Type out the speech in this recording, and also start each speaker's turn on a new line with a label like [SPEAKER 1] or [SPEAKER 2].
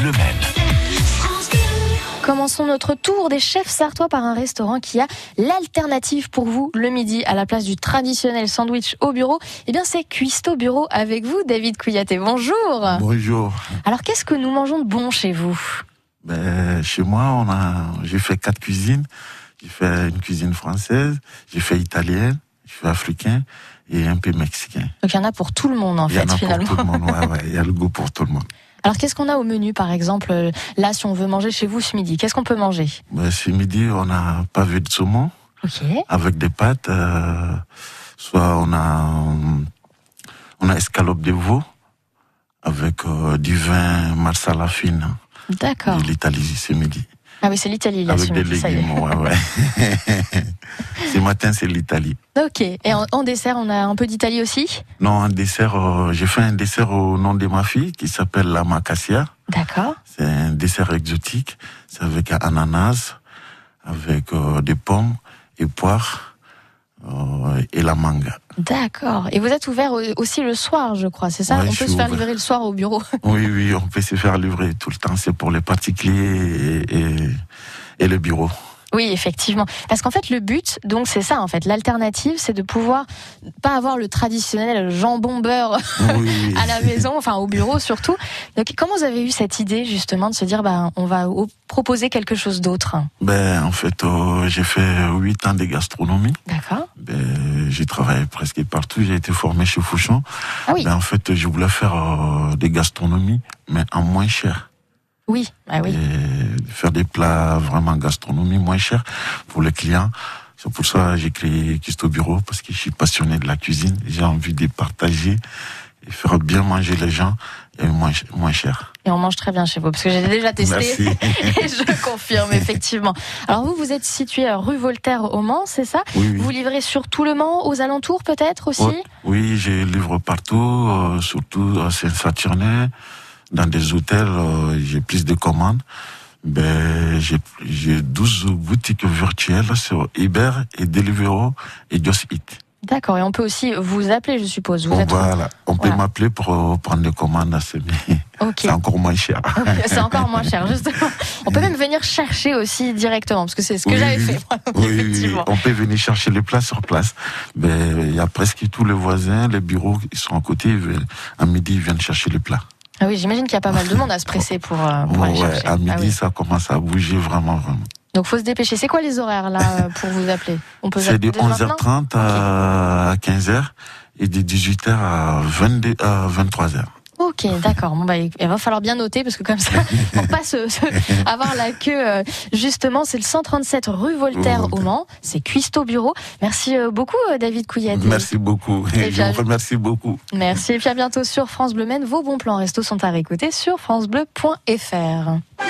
[SPEAKER 1] Bleu Maine.
[SPEAKER 2] Commençons notre tour des chefs sartois par un restaurant qui a l'alternative pour vous le midi à la place du traditionnel sandwich au bureau. Eh bien, c'est Cuisto Bureau avec vous, David Couillaté. Bonjour.
[SPEAKER 1] Bonjour.
[SPEAKER 2] Alors, qu'est-ce que nous mangeons de bon chez vous
[SPEAKER 1] Ben, chez moi, on a, j'ai fait quatre cuisines. J'ai fait une cuisine française, j'ai fait italienne, j'ai fait africain et un peu mexicain.
[SPEAKER 2] Donc, il y en a pour tout le monde en
[SPEAKER 1] Il y en
[SPEAKER 2] fait
[SPEAKER 1] a
[SPEAKER 2] finalement.
[SPEAKER 1] pour tout le monde. ouais, ouais, Il y a le goût pour tout le monde.
[SPEAKER 2] Alors, qu'est-ce qu'on a au menu par exemple euh, Là, si on veut manger chez vous ce midi, qu'est-ce qu'on peut manger
[SPEAKER 1] Ben, ce midi, on a pavé de saumon
[SPEAKER 2] Ok.
[SPEAKER 1] avec des pâtes. euh, soit on a, euh, on a escalope de veau avec euh, du vin marsala fine
[SPEAKER 2] D'accord.
[SPEAKER 1] de l'Italie ce midi.
[SPEAKER 2] Ah oui, c'est l'Italie là
[SPEAKER 1] Avec
[SPEAKER 2] ce
[SPEAKER 1] des
[SPEAKER 2] midi, ça y est.
[SPEAKER 1] légumes, ouais, ouais. Ce matin, c'est l'Italie.
[SPEAKER 2] Ok. Et en, en dessert, on a un peu d'Italie aussi
[SPEAKER 1] Non, un dessert, euh, j'ai fait un dessert au nom de ma fille qui s'appelle la macassia.
[SPEAKER 2] D'accord.
[SPEAKER 1] C'est un dessert exotique. C'est avec un ananas, avec euh, des pommes et poires euh, et la manga.
[SPEAKER 2] D'accord. Et vous êtes ouvert au- aussi le soir, je crois, c'est ça
[SPEAKER 1] Ouais,
[SPEAKER 2] On
[SPEAKER 1] je
[SPEAKER 2] peut
[SPEAKER 1] suis
[SPEAKER 2] se faire
[SPEAKER 1] ouvert.
[SPEAKER 2] livrer le soir au bureau.
[SPEAKER 1] Oui, oui, on peut se faire livrer tout le temps. C'est pour les particuliers et, et, et le bureau.
[SPEAKER 2] Oui, effectivement. Parce qu'en fait, le but, donc, c'est ça, en fait. L'alternative, c'est de pouvoir pas avoir le traditionnel jambon beurre
[SPEAKER 1] Oui, oui.
[SPEAKER 2] à la maison, enfin, au bureau surtout. Donc, comment vous avez eu cette idée, justement, de se dire, bah, on va au- proposer quelque chose d'autre?
[SPEAKER 1] Ben, en fait, euh, j'ai fait huit ans de gastronomie.
[SPEAKER 2] D'accord.
[SPEAKER 1] Ben, j'ai travaillé presque partout. J'ai été formé chez Fouchon.
[SPEAKER 2] Ah oui.
[SPEAKER 1] Ben, en fait, je voulais faire euh, des gastronomies, mais en moins cher.
[SPEAKER 2] Oui. Ah oui.
[SPEAKER 1] Et faire des plats vraiment gastronomie moins cher pour les clients. C'est pour ça que j'ai créé Custo Bureau, parce que je suis passionné de la cuisine. J'ai envie de partager et faire bien manger les gens et moins, ch- moins cher.
[SPEAKER 2] Et on mange très bien chez vous, parce que j'ai déjà testé.
[SPEAKER 1] Merci.
[SPEAKER 2] Et je confirme, effectivement. Alors, vous, vous êtes situé à rue Voltaire au Mans, c'est ça?
[SPEAKER 1] Oui, oui.
[SPEAKER 2] Vous livrez sur tout le Mans, aux alentours peut-être aussi
[SPEAKER 1] Ouais. Oui, j'ai livre partout, euh, surtout à Saint-Saturnin, dans des hôtels, euh, j'ai plus de commandes. Ben, j'ai j'ai 12 boutiques virtuelles sur Uber et Deliveroo et Just Eat.
[SPEAKER 2] D'accord, et on peut aussi vous appeler, je suppose. Vous
[SPEAKER 1] Bon,
[SPEAKER 2] êtes...
[SPEAKER 1] voilà. On peut
[SPEAKER 2] voilà.
[SPEAKER 1] m'appeler pour euh, prendre des commandes, à c'est
[SPEAKER 2] Ok,
[SPEAKER 1] c'est encore moins cher.
[SPEAKER 2] c'est encore moins cher, justement. On peut même venir chercher aussi directement, parce que c'est ce que
[SPEAKER 1] Oui,
[SPEAKER 2] j'avais
[SPEAKER 1] oui,
[SPEAKER 2] fait,
[SPEAKER 1] Oui, oui, oui,
[SPEAKER 2] effectivement.
[SPEAKER 1] on peut venir chercher les plats sur place. Ben, il y a presque tous les voisins, les bureaux, ils sont à côté, ils viennent- à midi, ils viennent chercher les plats.
[SPEAKER 2] Ah oui, j'imagine qu'il y a pas mal de monde à se presser pour, euh, pour aller
[SPEAKER 1] Ouais,
[SPEAKER 2] chercher.
[SPEAKER 1] à midi,
[SPEAKER 2] Ah oui.
[SPEAKER 1] ça commence à bouger vraiment, vraiment.
[SPEAKER 2] Donc faut se dépêcher. C'est quoi les horaires là euh, pour vous appeler On peut vous
[SPEAKER 1] C'est de
[SPEAKER 2] appeler dès maintenant
[SPEAKER 1] 11h30 à 15h et de 18h à 22 à 23h.
[SPEAKER 2] Ok, d'accord. Bon, bah, il va falloir bien noter parce que comme ça, on passe euh, avoir la queue. euh, Justement, c'est le 137 rue Voltaire au Mans. C'est Cuisto Bureau. Merci euh, beaucoup, euh, David Couillette.
[SPEAKER 1] Merci beaucoup.
[SPEAKER 2] Et
[SPEAKER 1] Je
[SPEAKER 2] bien-
[SPEAKER 1] vous remercie beaucoup.
[SPEAKER 2] Merci et puis à bientôt sur France Bleu Maine. Vos bons plans resto sont à réécouter sur francebleu.fr.